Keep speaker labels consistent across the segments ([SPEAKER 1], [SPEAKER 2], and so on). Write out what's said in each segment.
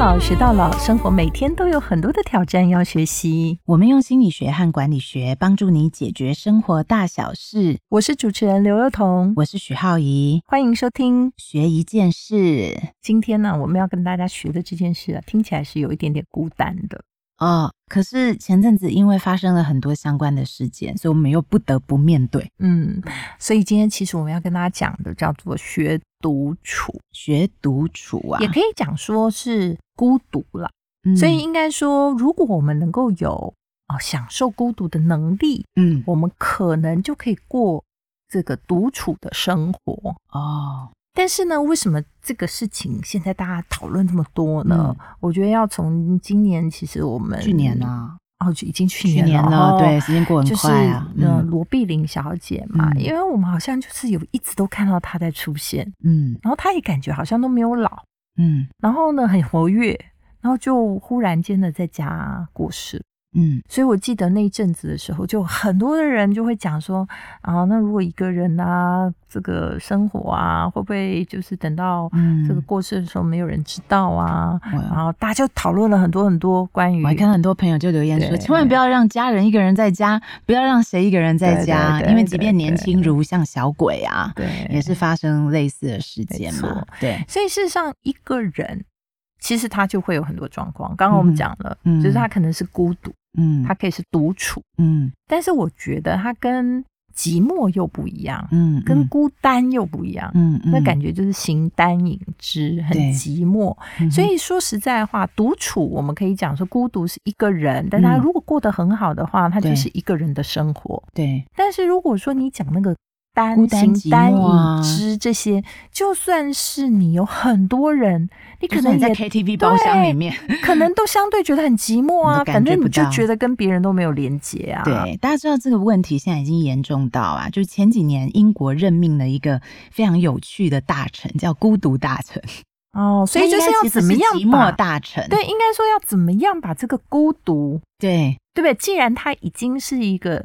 [SPEAKER 1] 老学到老，生活每天都有很多的挑战要学习。
[SPEAKER 2] 我们用心理学和管理学帮助你解决生活大小事。
[SPEAKER 1] 我是主持人刘幼彤，
[SPEAKER 2] 我是许浩怡，
[SPEAKER 1] 欢迎收听。
[SPEAKER 2] 学一件事
[SPEAKER 1] 今天呢，我们要跟大家学的这件事啊，听起来是有一点点孤单的。
[SPEAKER 2] 哦。可是前阵子因为发生了很多相关的事件，所以我们又不得不面对
[SPEAKER 1] 嗯，所以今天其实我们要跟大家讲的叫做学独处，
[SPEAKER 2] 学独处啊
[SPEAKER 1] 也。可以讲说是孤独啦。
[SPEAKER 2] 嗯
[SPEAKER 1] 所以应该说，如果我们能够有哦享受孤独的能力，
[SPEAKER 2] 嗯
[SPEAKER 1] 我们可能就可以过这个独处的生活。
[SPEAKER 2] 哦
[SPEAKER 1] 但是呢，为什么这个事情现在大家讨论这么多呢？我觉得要从今年，其实我们
[SPEAKER 2] 嗯去年，啊，
[SPEAKER 1] 哦，就已经去
[SPEAKER 2] 去
[SPEAKER 1] 年了，
[SPEAKER 2] 年
[SPEAKER 1] 哦
[SPEAKER 2] 了，对，，时间过
[SPEAKER 1] 就
[SPEAKER 2] 很
[SPEAKER 1] 是
[SPEAKER 2] 快啊。
[SPEAKER 1] 呃，罗碧玲小姐嘛，
[SPEAKER 2] 嗯
[SPEAKER 1] 因为我们好像就是有一直都看到她在出现，
[SPEAKER 2] 嗯
[SPEAKER 1] 然后她也感觉好像都没有老，
[SPEAKER 2] 嗯
[SPEAKER 1] 然后呢很活跃，然后就忽然间的在家过世。
[SPEAKER 2] 嗯
[SPEAKER 1] 所以我记得那一阵子的时候，就很多的人就会讲说，啊，那如果一个人啊，这个生活啊，会不会就是等到
[SPEAKER 2] 嗯，
[SPEAKER 1] 这个过世的时候没有人知道啊？
[SPEAKER 2] 我
[SPEAKER 1] 然后大家就讨论了很多很多关于
[SPEAKER 2] 我还看到很多朋友就留言说，
[SPEAKER 1] 对
[SPEAKER 2] 千万不要让家人一个人在家，不要让谁一个人在家，
[SPEAKER 1] 对对对
[SPEAKER 2] 因为即便
[SPEAKER 1] 对
[SPEAKER 2] 年轻如像小鬼啊，
[SPEAKER 1] 对，
[SPEAKER 2] 也是发生类似的事件
[SPEAKER 1] 没
[SPEAKER 2] 嘛
[SPEAKER 1] 错。
[SPEAKER 2] 对，
[SPEAKER 1] 所以事实上，一个人其实他就会有很多状况。刚刚我们讲了，
[SPEAKER 2] 嗯
[SPEAKER 1] 就是他可能是孤独，
[SPEAKER 2] 嗯，
[SPEAKER 1] 他可以是独处，
[SPEAKER 2] 嗯
[SPEAKER 1] 但是我觉得他跟寂寞又不一样，
[SPEAKER 2] 嗯
[SPEAKER 1] 跟孤单又不一样。
[SPEAKER 2] 嗯嗯
[SPEAKER 1] 那感觉就是形单影只，很
[SPEAKER 2] 对
[SPEAKER 1] 寂寞。
[SPEAKER 2] 嗯
[SPEAKER 1] 所以说实在话，独处我们可以讲说孤独是一个人，但他
[SPEAKER 2] 嗯
[SPEAKER 1] 如果过得很好的话，他就
[SPEAKER 2] 对
[SPEAKER 1] 是一个人的生活。
[SPEAKER 2] 对
[SPEAKER 1] 但是如果说你讲那个单
[SPEAKER 2] 孤单
[SPEAKER 1] 形单
[SPEAKER 2] 寂寞
[SPEAKER 1] 影
[SPEAKER 2] 啊
[SPEAKER 1] 只这些，就算是你有很多人，你可能
[SPEAKER 2] 就算你在
[SPEAKER 1] 也
[SPEAKER 2] KTV 包厢 里面，
[SPEAKER 1] 可能都相对觉得很寂寞
[SPEAKER 2] 你
[SPEAKER 1] 啊，
[SPEAKER 2] 都感
[SPEAKER 1] 反
[SPEAKER 2] 觉
[SPEAKER 1] 正
[SPEAKER 2] 不
[SPEAKER 1] 你就
[SPEAKER 2] 到
[SPEAKER 1] 觉得跟别人都没有连接啊。
[SPEAKER 2] 对，大家知道这个问题现在已经严重到啊，就是前几年英国任命了一个非常有趣的大臣，叫孤独大臣，
[SPEAKER 1] 哦，所以就
[SPEAKER 2] 他应该
[SPEAKER 1] 要
[SPEAKER 2] 其实
[SPEAKER 1] 怎么样
[SPEAKER 2] 寂寞
[SPEAKER 1] 把
[SPEAKER 2] 大臣，
[SPEAKER 1] 对，应该说要怎么样把这个孤独，
[SPEAKER 2] 对，
[SPEAKER 1] 对不对？既然它已经是一个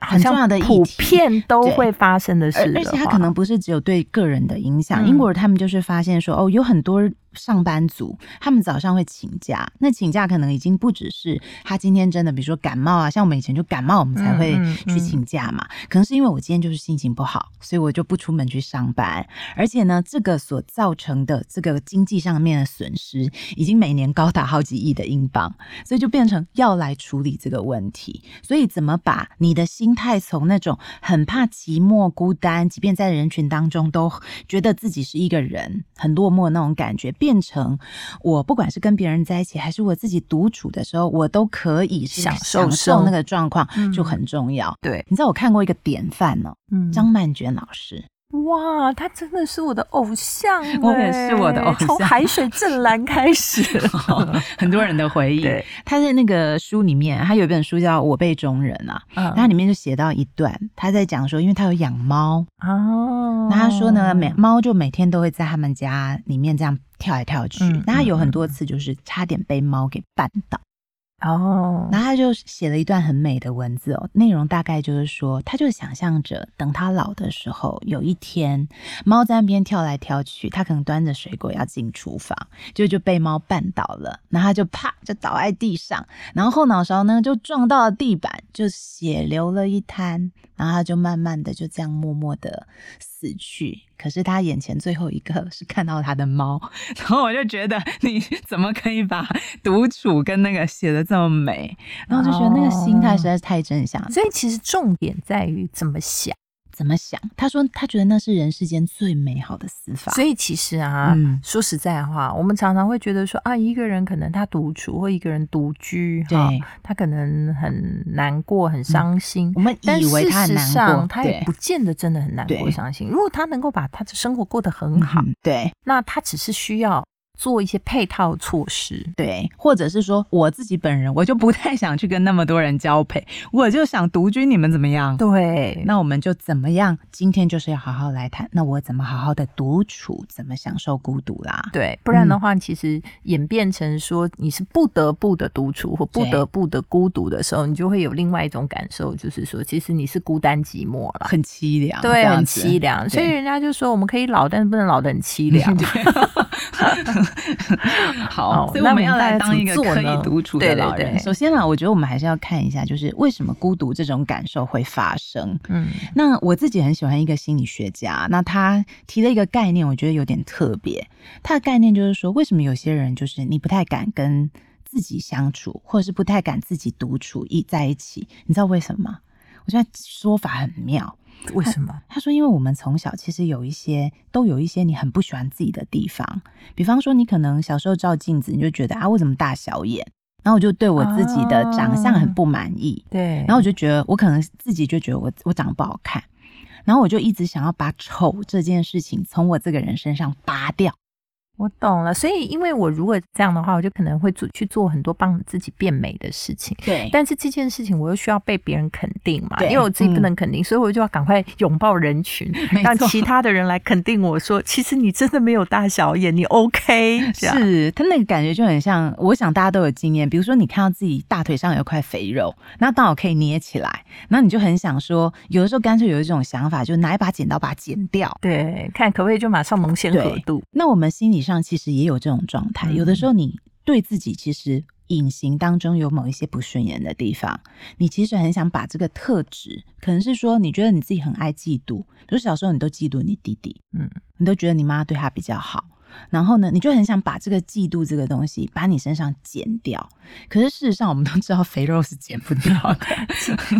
[SPEAKER 1] 好
[SPEAKER 2] 很重要
[SPEAKER 1] 像
[SPEAKER 2] 的议
[SPEAKER 1] 普
[SPEAKER 2] 题
[SPEAKER 1] 遍都
[SPEAKER 2] 对
[SPEAKER 1] 会发生的
[SPEAKER 2] 而
[SPEAKER 1] 事的
[SPEAKER 2] 而且他
[SPEAKER 1] 话
[SPEAKER 2] 可能不是只有对个人的影响，
[SPEAKER 1] 嗯
[SPEAKER 2] 英国人他们就是发现说，哦，有很多上班族，他们早上会请假，那请假可能已经不只是他今天真的，比如说感冒啊，像我们以前就感冒，我们才会
[SPEAKER 1] 嗯嗯嗯
[SPEAKER 2] 去请假嘛，可能是因为我今天就是心情不好，所以我就不出门去上班，而且呢，这个所造成的这个经济上面的损失，已经每年高达好几亿的英镑，所以就变成要来处理这个问题。所以怎么把你的心态从那种很怕寂寞、孤单，即便在人群当中都觉得自己是一个人，很落寞那种感觉，变成我不管是跟别人在一起，还是我自己独处的时候，我都可以是
[SPEAKER 1] 享受
[SPEAKER 2] 享
[SPEAKER 1] 生
[SPEAKER 2] 受那个状况
[SPEAKER 1] 嗯，
[SPEAKER 2] 就很重要。
[SPEAKER 1] 对，
[SPEAKER 2] 你知道我看过一个典范哦，
[SPEAKER 1] 嗯
[SPEAKER 2] 张曼娟 老师，
[SPEAKER 1] 哇，他真的是我的偶像欸、
[SPEAKER 2] 我也是我的偶像
[SPEAKER 1] 从海水正蓝开 始，
[SPEAKER 2] 很多人的回忆。
[SPEAKER 1] 对，
[SPEAKER 2] 他在那个书里面，他有一本书叫《我辈中人》啊，
[SPEAKER 1] 嗯
[SPEAKER 2] 它里面就写到一段，他在讲说，因为他有养猫，
[SPEAKER 1] 哦，
[SPEAKER 2] 那他说呢，每猫就每天都会在他们家里面这样跳来跳去
[SPEAKER 1] 嗯，
[SPEAKER 2] 那他有很多次就是差点被猫给绊倒，
[SPEAKER 1] 哦，
[SPEAKER 2] 然后他就写了一段很美的文字哦，内容大概就是说，他就想象着等他老的时候，有一天猫在那边跳来跳去，他可能端着水果要进厨房，就就被猫绊倒了，然后他就啪就倒在地上，然后后脑勺呢就撞到了地板，就血流了一滩，然后他就慢慢的就这样默默的死去。可是他眼前最后一个是看到他的猫，然后我就觉得你怎么可以把独处跟那个写的这么美？然后我就觉得那个心态实
[SPEAKER 1] 哦
[SPEAKER 2] 在是太正向了。
[SPEAKER 1] 所以其实重点在于怎么想。
[SPEAKER 2] 怎么想？他说他觉得那是人世间最美好的死法。
[SPEAKER 1] 所以其实啊，
[SPEAKER 2] 嗯
[SPEAKER 1] 说实在话，我们常常会觉得说啊，一个人可能他独处或一个人独居，
[SPEAKER 2] 对嗯
[SPEAKER 1] 哈，他可能很难过、很伤心。
[SPEAKER 2] 我们
[SPEAKER 1] 但
[SPEAKER 2] 以为他
[SPEAKER 1] 事实
[SPEAKER 2] 很难
[SPEAKER 1] 上，
[SPEAKER 2] 过，
[SPEAKER 1] 他也
[SPEAKER 2] 对
[SPEAKER 1] 不见得真的很难过、
[SPEAKER 2] 对
[SPEAKER 1] 伤心。如果他能够把他的生活过得很
[SPEAKER 2] 嗯
[SPEAKER 1] 好，
[SPEAKER 2] 哼对
[SPEAKER 1] 那他只是需要做一些配套措施。
[SPEAKER 2] 对，或者是说我自己本人，我就不太想去跟那么多人交配，我就想独居，你们怎么样？
[SPEAKER 1] 对，
[SPEAKER 2] 那我们就怎么样？今天就是要好好来谈，那我怎么好好的独处，怎么享受孤独啦？
[SPEAKER 1] 对，不然的
[SPEAKER 2] 嗯
[SPEAKER 1] 话，其实演变成说你是不得不的独处或不
[SPEAKER 2] 对
[SPEAKER 1] 得不的孤独的时候，你就会有另外一种感受，就是说，其实你是孤单寂寞了。
[SPEAKER 2] 很凄凉，
[SPEAKER 1] 对，
[SPEAKER 2] 啊这
[SPEAKER 1] 很
[SPEAKER 2] 样子
[SPEAKER 1] 凄凉，所以
[SPEAKER 2] 对
[SPEAKER 1] 人家就说我们可以老，但是不能老得很凄凉。
[SPEAKER 2] 对好，
[SPEAKER 1] 哦
[SPEAKER 2] 所以
[SPEAKER 1] 那
[SPEAKER 2] 我
[SPEAKER 1] 我
[SPEAKER 2] 们
[SPEAKER 1] 们
[SPEAKER 2] 要
[SPEAKER 1] 大
[SPEAKER 2] 来
[SPEAKER 1] 概
[SPEAKER 2] 当
[SPEAKER 1] 怎
[SPEAKER 2] 一
[SPEAKER 1] 么
[SPEAKER 2] 个
[SPEAKER 1] 做
[SPEAKER 2] 可以
[SPEAKER 1] 呢
[SPEAKER 2] 独处的
[SPEAKER 1] 对对
[SPEAKER 2] 老人。
[SPEAKER 1] 对
[SPEAKER 2] 首先啦，我觉得我们还是要看一下，就是为什么孤独这种感受会发生。
[SPEAKER 1] 嗯
[SPEAKER 2] 那我自己很喜欢一个心理学家，那他提了一个概念，我觉得有点特别。他的概念就是说，为什么有些人就是你不太敢跟自己相处，或者是不太敢自己独处一在一起？你知道为什么吗？我觉得他说法很妙。
[SPEAKER 1] 为什么？
[SPEAKER 2] 他说，因为我们从小其实有一些，都有一些你很不喜欢自己的地方。比方说，你可能小时候照镜子，你就觉得啊，我怎么大小眼？然后我就对我自己的长相很不满意。
[SPEAKER 1] 对，
[SPEAKER 2] 然后我就觉得，我可能自己就觉得我我长得不好看，然后我就一直想要把丑这件事情从我这个人身上拔掉。
[SPEAKER 1] 我懂了，所以因为我如果这样的话，我就可能会做去做很多帮自己变美的事情。
[SPEAKER 2] 对
[SPEAKER 1] 但是这件事情我又需要被别人肯定嘛，
[SPEAKER 2] 对嗯
[SPEAKER 1] 因为我自己不能肯定，所以我就要赶快拥抱人群，
[SPEAKER 2] 没
[SPEAKER 1] 让
[SPEAKER 2] 错
[SPEAKER 1] 其他的人来肯定我说，其实你真的没有大小眼，你 OK 这样。
[SPEAKER 2] 是啊他那个感觉就很像，我想大家都有经验。比如说，你看到自己大腿上有块肥肉，那刚好可以捏起来，那你就很想说，有的时候干脆有一种想法，就拿一把剪刀把它剪掉。
[SPEAKER 1] 对，看可不可以就马上萌先合
[SPEAKER 2] 对
[SPEAKER 1] 度。
[SPEAKER 2] 那我们心理上其实也有这种状态，
[SPEAKER 1] 嗯
[SPEAKER 2] 有的时候你对自己其实隐形当中有某一些不顺眼的地方，你其实很想把这个特质，可能是说你觉得你自己很爱嫉妒，比如小时候你都嫉妒你弟弟，
[SPEAKER 1] 嗯，
[SPEAKER 2] 你都觉得你妈对他比较好。然后呢，你就很想把这个嫉妒这个东西把你身上剪掉，可是事实上我们都知道肥肉是剪不掉的，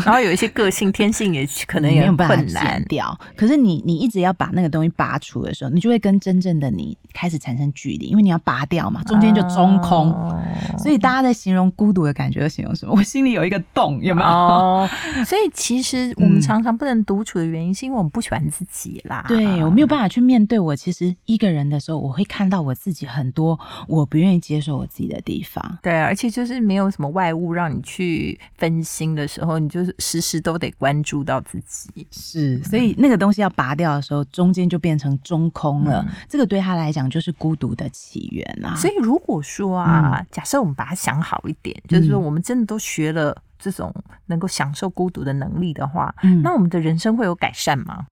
[SPEAKER 1] 然后有一些个性天性 也可能
[SPEAKER 2] 你没
[SPEAKER 1] 也
[SPEAKER 2] 有
[SPEAKER 1] 很
[SPEAKER 2] 办法
[SPEAKER 1] 困
[SPEAKER 2] 剪
[SPEAKER 1] 难。
[SPEAKER 2] 掉。可是你你一直要把那个东西拔除的时候，你就会跟真正的你开始产生距离，因为你要拔掉嘛，中间就中空。
[SPEAKER 1] 哦
[SPEAKER 2] 所以大家在形容孤独的感觉，形容什么？我心里有一个洞，有没有？
[SPEAKER 1] 哦，所以其实我
[SPEAKER 2] 嗯
[SPEAKER 1] 们常常不能独处的原因，是因为我们不喜欢自己啦。
[SPEAKER 2] 对我没有办法去面对我其实一个人的时候，我会看到我自己很多我不愿意接受我自己的地方。
[SPEAKER 1] 对，啊而且就是没有什么外物让你去分心的时候，你就是时时都得关注到自己。
[SPEAKER 2] 是，所以那个东西要拔掉的时候，中间就变成中空了。这个对他来讲就是孤独的起源啊。嗯
[SPEAKER 1] 所以如果说啊，假设我们把它想好一点，就是说我们真的都学了这种能够享受孤独的能力的话，
[SPEAKER 2] 嗯
[SPEAKER 1] 那我们的人生会有改善吗？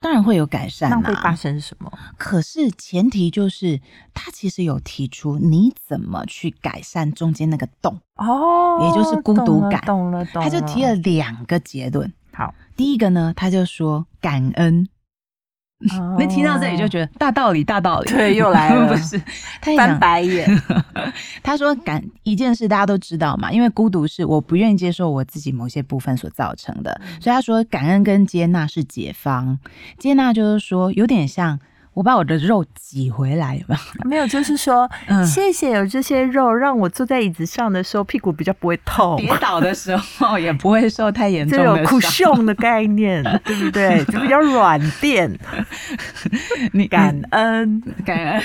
[SPEAKER 2] 当然会有改善、啊，
[SPEAKER 1] 那会发生什么？
[SPEAKER 2] 可是前提就是，他其实有提出你怎么去改善中间那个洞，
[SPEAKER 1] 哦，
[SPEAKER 2] 也就是孤独感
[SPEAKER 1] 懂了，懂了。懂
[SPEAKER 2] 他就提了 两个结论。
[SPEAKER 1] 好，
[SPEAKER 2] 第一个呢，他就说感恩。那听到这里就觉得大道理，大道理，
[SPEAKER 1] 哦对又来了
[SPEAKER 2] 不是，他也
[SPEAKER 1] 翻
[SPEAKER 2] 讲，
[SPEAKER 1] 白眼，
[SPEAKER 2] 他说感一件事大家都知道嘛，因为孤独是我不愿意接受我自己某些部分所造成的，
[SPEAKER 1] 嗯
[SPEAKER 2] 所以他说感恩跟接纳是解放，接纳就是说有点像我把我的肉挤回来，有没 有？
[SPEAKER 1] 没有，就是说，
[SPEAKER 2] 嗯
[SPEAKER 1] 谢谢有这些肉，让我坐在椅子上的时候屁股比较不会 痛。
[SPEAKER 2] 跌倒的时候也不会受太严重
[SPEAKER 1] 就
[SPEAKER 2] 的
[SPEAKER 1] 有
[SPEAKER 2] 伤。
[SPEAKER 1] 酷炫的概 念，对不对？就比较软垫，
[SPEAKER 2] 你嗯
[SPEAKER 1] 感恩。
[SPEAKER 2] 感恩。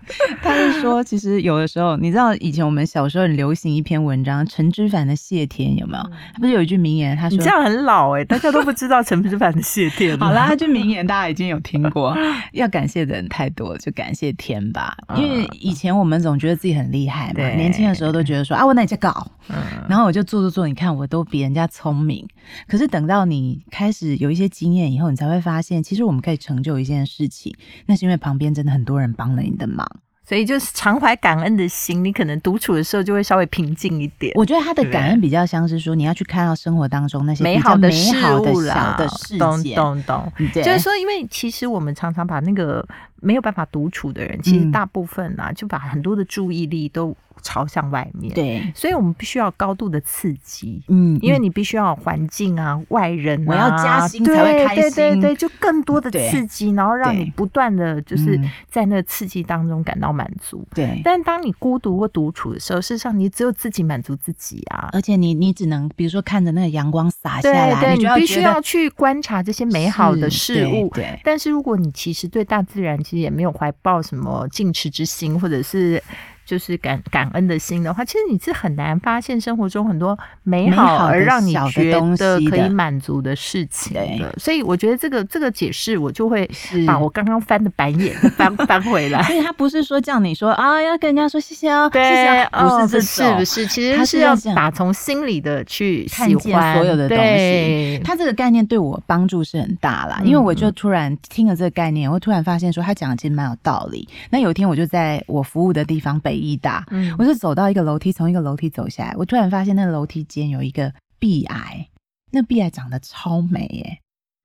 [SPEAKER 2] 他是说，其实有的时候，你知道以前我们小时候很流行一篇文章，陈之凡的《谢天》有没有？他不是有一句名言，他
[SPEAKER 1] 嗯你
[SPEAKER 2] 说
[SPEAKER 1] 这。样很老哎、大家都不知道陈之凡的谢天。 啊
[SPEAKER 2] 好啦，，这句名言大家已经有听 过。要感谢的人太多，就感谢天吧。因为以前我们总觉得自己很厉害嘛，
[SPEAKER 1] 嗯对
[SPEAKER 2] 年轻的时候都觉得说啊，我哪里在搞，
[SPEAKER 1] 嗯，
[SPEAKER 2] 然后我就做做做，你看我都比人家聪明。可是等到你开始有一些经验以后，你才会发现，其实我们可以成就一件事情，那是因为旁边真的很多人帮了你的忙。
[SPEAKER 1] 所以就是常怀感恩的心，你可能独处的时候就会稍微平静一点。
[SPEAKER 2] 我觉得他的感恩比较像是说，你要去看到生活当中那些
[SPEAKER 1] 美
[SPEAKER 2] 比较
[SPEAKER 1] 好的
[SPEAKER 2] 美
[SPEAKER 1] 事
[SPEAKER 2] 好的
[SPEAKER 1] 物
[SPEAKER 2] 小
[SPEAKER 1] 啦，
[SPEAKER 2] 的事
[SPEAKER 1] 懂
[SPEAKER 2] 件，
[SPEAKER 1] 懂懂。
[SPEAKER 2] 对，
[SPEAKER 1] 就是说，因为其实我们常常把那个没有办法独处的人，其实
[SPEAKER 2] 嗯
[SPEAKER 1] 大部分啊，就把很多的注意力都朝向外面。，
[SPEAKER 2] 对，
[SPEAKER 1] 所以我们必须要高度的刺激。
[SPEAKER 2] 嗯，
[SPEAKER 1] 因为你必须要有环境啊、外人啊，
[SPEAKER 2] 我要加薪才会开心
[SPEAKER 1] 对对对对，就更多的刺激，然后让
[SPEAKER 2] 对
[SPEAKER 1] 你不断的就是
[SPEAKER 2] 嗯
[SPEAKER 1] 在那个刺激当中感到满足。
[SPEAKER 2] 对。
[SPEAKER 1] 但当你孤独或独处的时候，事实上你只有自己满足自己啊。
[SPEAKER 2] 而且你你只能比如说看着那个阳光洒下
[SPEAKER 1] 对
[SPEAKER 2] 来，
[SPEAKER 1] 对，
[SPEAKER 2] 你
[SPEAKER 1] 你
[SPEAKER 2] 就
[SPEAKER 1] 必
[SPEAKER 2] 觉
[SPEAKER 1] 须
[SPEAKER 2] 得
[SPEAKER 1] 要去观察这些美好的
[SPEAKER 2] 是
[SPEAKER 1] 事物。
[SPEAKER 2] 对，
[SPEAKER 1] 但是如果你其实对大自然其实也没有怀抱什么敬持之心，或者是就是感感恩的心的话，其实你是很难发现生活中很多美
[SPEAKER 2] 美好
[SPEAKER 1] 好
[SPEAKER 2] 的
[SPEAKER 1] 而让你
[SPEAKER 2] 小的
[SPEAKER 1] 觉
[SPEAKER 2] 东
[SPEAKER 1] 得
[SPEAKER 2] 西
[SPEAKER 1] 可
[SPEAKER 2] 的
[SPEAKER 1] 以满足的事情
[SPEAKER 2] 对
[SPEAKER 1] 的。所以我觉得这个这个解释，我就会嗯
[SPEAKER 2] 是
[SPEAKER 1] 把我刚刚翻的白眼翻翻回 来。
[SPEAKER 2] 所以他不是说叫你说啊，要跟人家说谢谢哦，谢谢
[SPEAKER 1] 对，
[SPEAKER 2] 哦，不
[SPEAKER 1] 哦
[SPEAKER 2] 是这种，
[SPEAKER 1] 不是，其
[SPEAKER 2] 他
[SPEAKER 1] 实是
[SPEAKER 2] 是要
[SPEAKER 1] 要
[SPEAKER 2] 这样
[SPEAKER 1] 打从心里的去
[SPEAKER 2] 看
[SPEAKER 1] 喜
[SPEAKER 2] 见
[SPEAKER 1] 欢
[SPEAKER 2] 所有的东西
[SPEAKER 1] 对
[SPEAKER 2] 他这个概念对我帮助是很大
[SPEAKER 1] 嗯
[SPEAKER 2] 啦，因为我就突然听了这个概念，我突然发现说他讲的其实蛮有道理。那有一天我就在我服务的地方北医大，
[SPEAKER 1] 嗯
[SPEAKER 2] 我就走到一个楼梯，从一个楼梯走下来，我突然发现那个楼梯间有一个壁癌，那壁癌长得超美耶、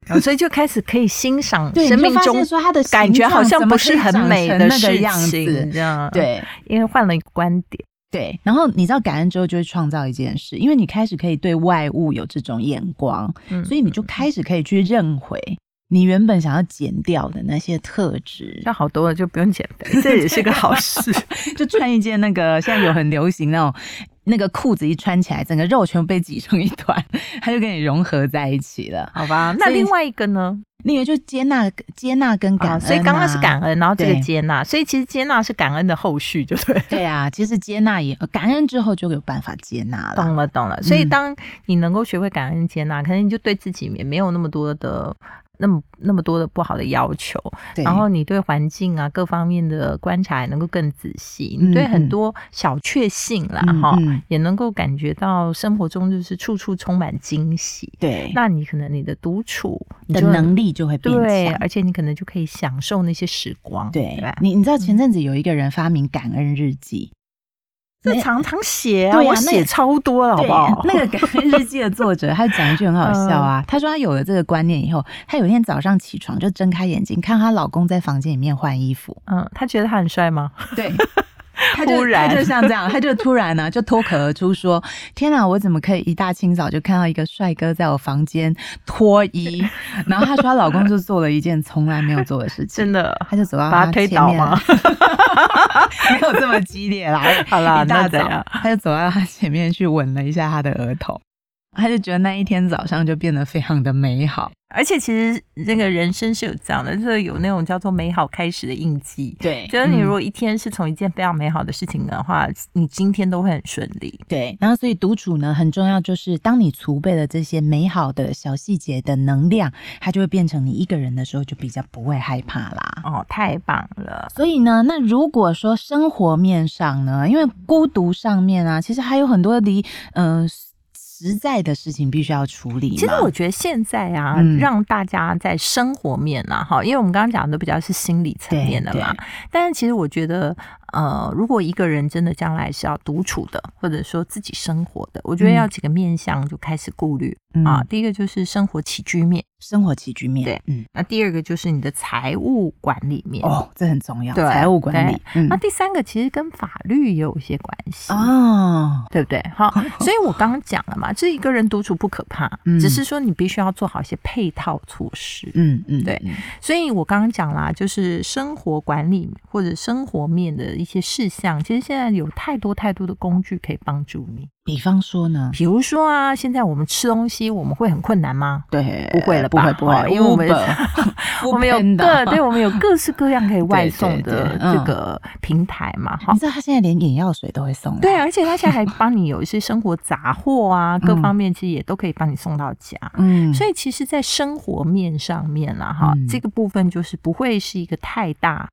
[SPEAKER 1] 哦所以就开始可以欣赏
[SPEAKER 2] 对，
[SPEAKER 1] 生
[SPEAKER 2] 你就
[SPEAKER 1] 命
[SPEAKER 2] 发现
[SPEAKER 1] 中
[SPEAKER 2] 说它的
[SPEAKER 1] 感
[SPEAKER 2] 形
[SPEAKER 1] 觉好
[SPEAKER 2] 状
[SPEAKER 1] 像
[SPEAKER 2] 怎么
[SPEAKER 1] 不
[SPEAKER 2] 可以
[SPEAKER 1] 是很
[SPEAKER 2] 长
[SPEAKER 1] 美
[SPEAKER 2] 成
[SPEAKER 1] 的
[SPEAKER 2] 那个
[SPEAKER 1] 事
[SPEAKER 2] 样
[SPEAKER 1] 情，嗯
[SPEAKER 2] 子，
[SPEAKER 1] 这样，
[SPEAKER 2] 对。
[SPEAKER 1] 因为换了一个观点，
[SPEAKER 2] 对，然后你知道感恩之后就会创造一件事，因为你开始可以对外物有这种眼光，
[SPEAKER 1] 嗯
[SPEAKER 2] 所以你就开始可以去认回你原本想要减掉的那些特质。
[SPEAKER 1] 那好多了就不用减肥，这也是个好事。
[SPEAKER 2] 就穿一件那个现在有很流行那种那个裤子一穿起来，整个肉全部被挤成一团，它就跟你融合在一起了。
[SPEAKER 1] 好吧，那
[SPEAKER 2] 所以
[SPEAKER 1] 另外一个呢？
[SPEAKER 2] 另外就接纳接纳跟感恩、
[SPEAKER 1] 啊，所以刚刚是感。恩，然后这个
[SPEAKER 2] 对
[SPEAKER 1] 接纳，所以其实接纳是感恩的后续，就 对了。
[SPEAKER 2] 对啊，其实接纳也感恩之后就有办法接纳了。
[SPEAKER 1] 懂了，懂了。所以
[SPEAKER 2] 嗯
[SPEAKER 1] 当你能够学会感恩接纳，可能你就对自己也没有那么多的。那么那么多的不好的要求，
[SPEAKER 2] 对，
[SPEAKER 1] 然后你对环境啊各方面的观察也能够更仔细，
[SPEAKER 2] 嗯
[SPEAKER 1] 你对
[SPEAKER 2] 嗯
[SPEAKER 1] 很多小确幸啦
[SPEAKER 2] 嗯
[SPEAKER 1] 哈、
[SPEAKER 2] 嗯
[SPEAKER 1] 也能够感觉到生活中就是处处充满惊喜。
[SPEAKER 2] 对
[SPEAKER 1] 那你可能你的独处你
[SPEAKER 2] 的
[SPEAKER 1] 就
[SPEAKER 2] 能力就会变
[SPEAKER 1] 对，
[SPEAKER 2] 强。
[SPEAKER 1] 而且你可能就可以享受那些时光，
[SPEAKER 2] 对
[SPEAKER 1] 吧？
[SPEAKER 2] 你，你知道前阵子有一个人发明感恩日记，
[SPEAKER 1] 这常常写啊，
[SPEAKER 2] 对啊
[SPEAKER 1] 我
[SPEAKER 2] 那个
[SPEAKER 1] 写超多了，好不好？
[SPEAKER 2] 对那个感恩日记的作者，他讲一句很好笑啊，他说他有了这个观念以后，他有一天早上起床就睁开眼睛，看她老公在房间里面换衣服，
[SPEAKER 1] 嗯，他觉得他很帅吗？
[SPEAKER 2] 对。 他就
[SPEAKER 1] 忽然
[SPEAKER 2] 他就像这样，他就突然呢、就脱口而出说：“天哪，我怎么可以一大清早就看到一个帅哥在我房间脱衣？” 然后她说，她老公就做了一件从来没有做的事情，
[SPEAKER 1] 真的，
[SPEAKER 2] 他就走到
[SPEAKER 1] 把
[SPEAKER 2] 他
[SPEAKER 1] 他推
[SPEAKER 2] 前
[SPEAKER 1] 倒
[SPEAKER 2] 面
[SPEAKER 1] 吗？
[SPEAKER 2] 没有这么激烈啦。
[SPEAKER 1] 好啦
[SPEAKER 2] 一大
[SPEAKER 1] 那怎
[SPEAKER 2] 早
[SPEAKER 1] 样
[SPEAKER 2] 他就走到他前面去吻了一下他的额头，他就觉得那一天早上就变得非常的美好。
[SPEAKER 1] 而且其实那个人生是有这样的，就是有那种叫做美好开始的印记。
[SPEAKER 2] 对
[SPEAKER 1] 就是你
[SPEAKER 2] 嗯
[SPEAKER 1] 如果一天是从一件非常美好的事情的话，你今天都会很顺利。
[SPEAKER 2] 对，然后所以独处呢很重要，就是当你储备了这些美好的小细节的能量，它就会变成你一个人的时候就比较不会害怕啦。
[SPEAKER 1] 哦，太棒了！
[SPEAKER 2] 所以呢，那如果说生活面上呢，因为孤独上面啊，其实还有很多离嗯、呃实在的事情必须要处理嘛。
[SPEAKER 1] 其实我觉得现在啊，
[SPEAKER 2] 嗯
[SPEAKER 1] 让大家在生活面啊，哈，因为我们刚刚讲的比较是心理层面的嘛
[SPEAKER 2] 对。
[SPEAKER 1] 但是其实我觉得，呃，如果一个人真的将来是要独处的，或者说自己生活的，我觉得
[SPEAKER 2] 嗯
[SPEAKER 1] 要几个面向就开始顾虑、啊
[SPEAKER 2] 嗯。
[SPEAKER 1] 第一个就是生活起居面，
[SPEAKER 2] 生活起居面，
[SPEAKER 1] 对，
[SPEAKER 2] 嗯，
[SPEAKER 1] 那第二个就是你的财务管理面。
[SPEAKER 2] 哦，这很重要，
[SPEAKER 1] 对
[SPEAKER 2] 财务管理
[SPEAKER 1] 对，啊
[SPEAKER 2] 嗯
[SPEAKER 1] 那第三个其实跟法律也有一些关系。
[SPEAKER 2] 哦，
[SPEAKER 1] 对不对？ 好，所以我刚刚讲了嘛，这一个人独处不可怕，
[SPEAKER 2] 嗯
[SPEAKER 1] 只是说你必须要做好一些配套措施。
[SPEAKER 2] 嗯嗯，
[SPEAKER 1] 对所以我刚刚讲啦，就是生活管理或者生活面的一些事项，其实现在有太多太多的工具可以帮助你。
[SPEAKER 2] 比方说呢，
[SPEAKER 1] 比如说啊，现在我们吃东西，我们会很困难吗？
[SPEAKER 2] 对，
[SPEAKER 1] 不会了
[SPEAKER 2] 不
[SPEAKER 1] 吧
[SPEAKER 2] 会不会
[SPEAKER 1] 哦，因为我们
[SPEAKER 2] Uber
[SPEAKER 1] 我们有
[SPEAKER 2] Foodpanda
[SPEAKER 1] 各对，我们有各式各样可以外送
[SPEAKER 2] 对 对
[SPEAKER 1] 的
[SPEAKER 2] 对嗯
[SPEAKER 1] 这个平台嘛，哈
[SPEAKER 2] 你。知道他现在连眼药水都会送来，
[SPEAKER 1] 对，啊而且他现在还帮你有一些生活杂货啊，各方面其实也都可以帮你送到家。
[SPEAKER 2] 嗯，
[SPEAKER 1] 所以其实，在生活面上面啦，哈、
[SPEAKER 2] 嗯
[SPEAKER 1] 这个部分就是不会是一个太大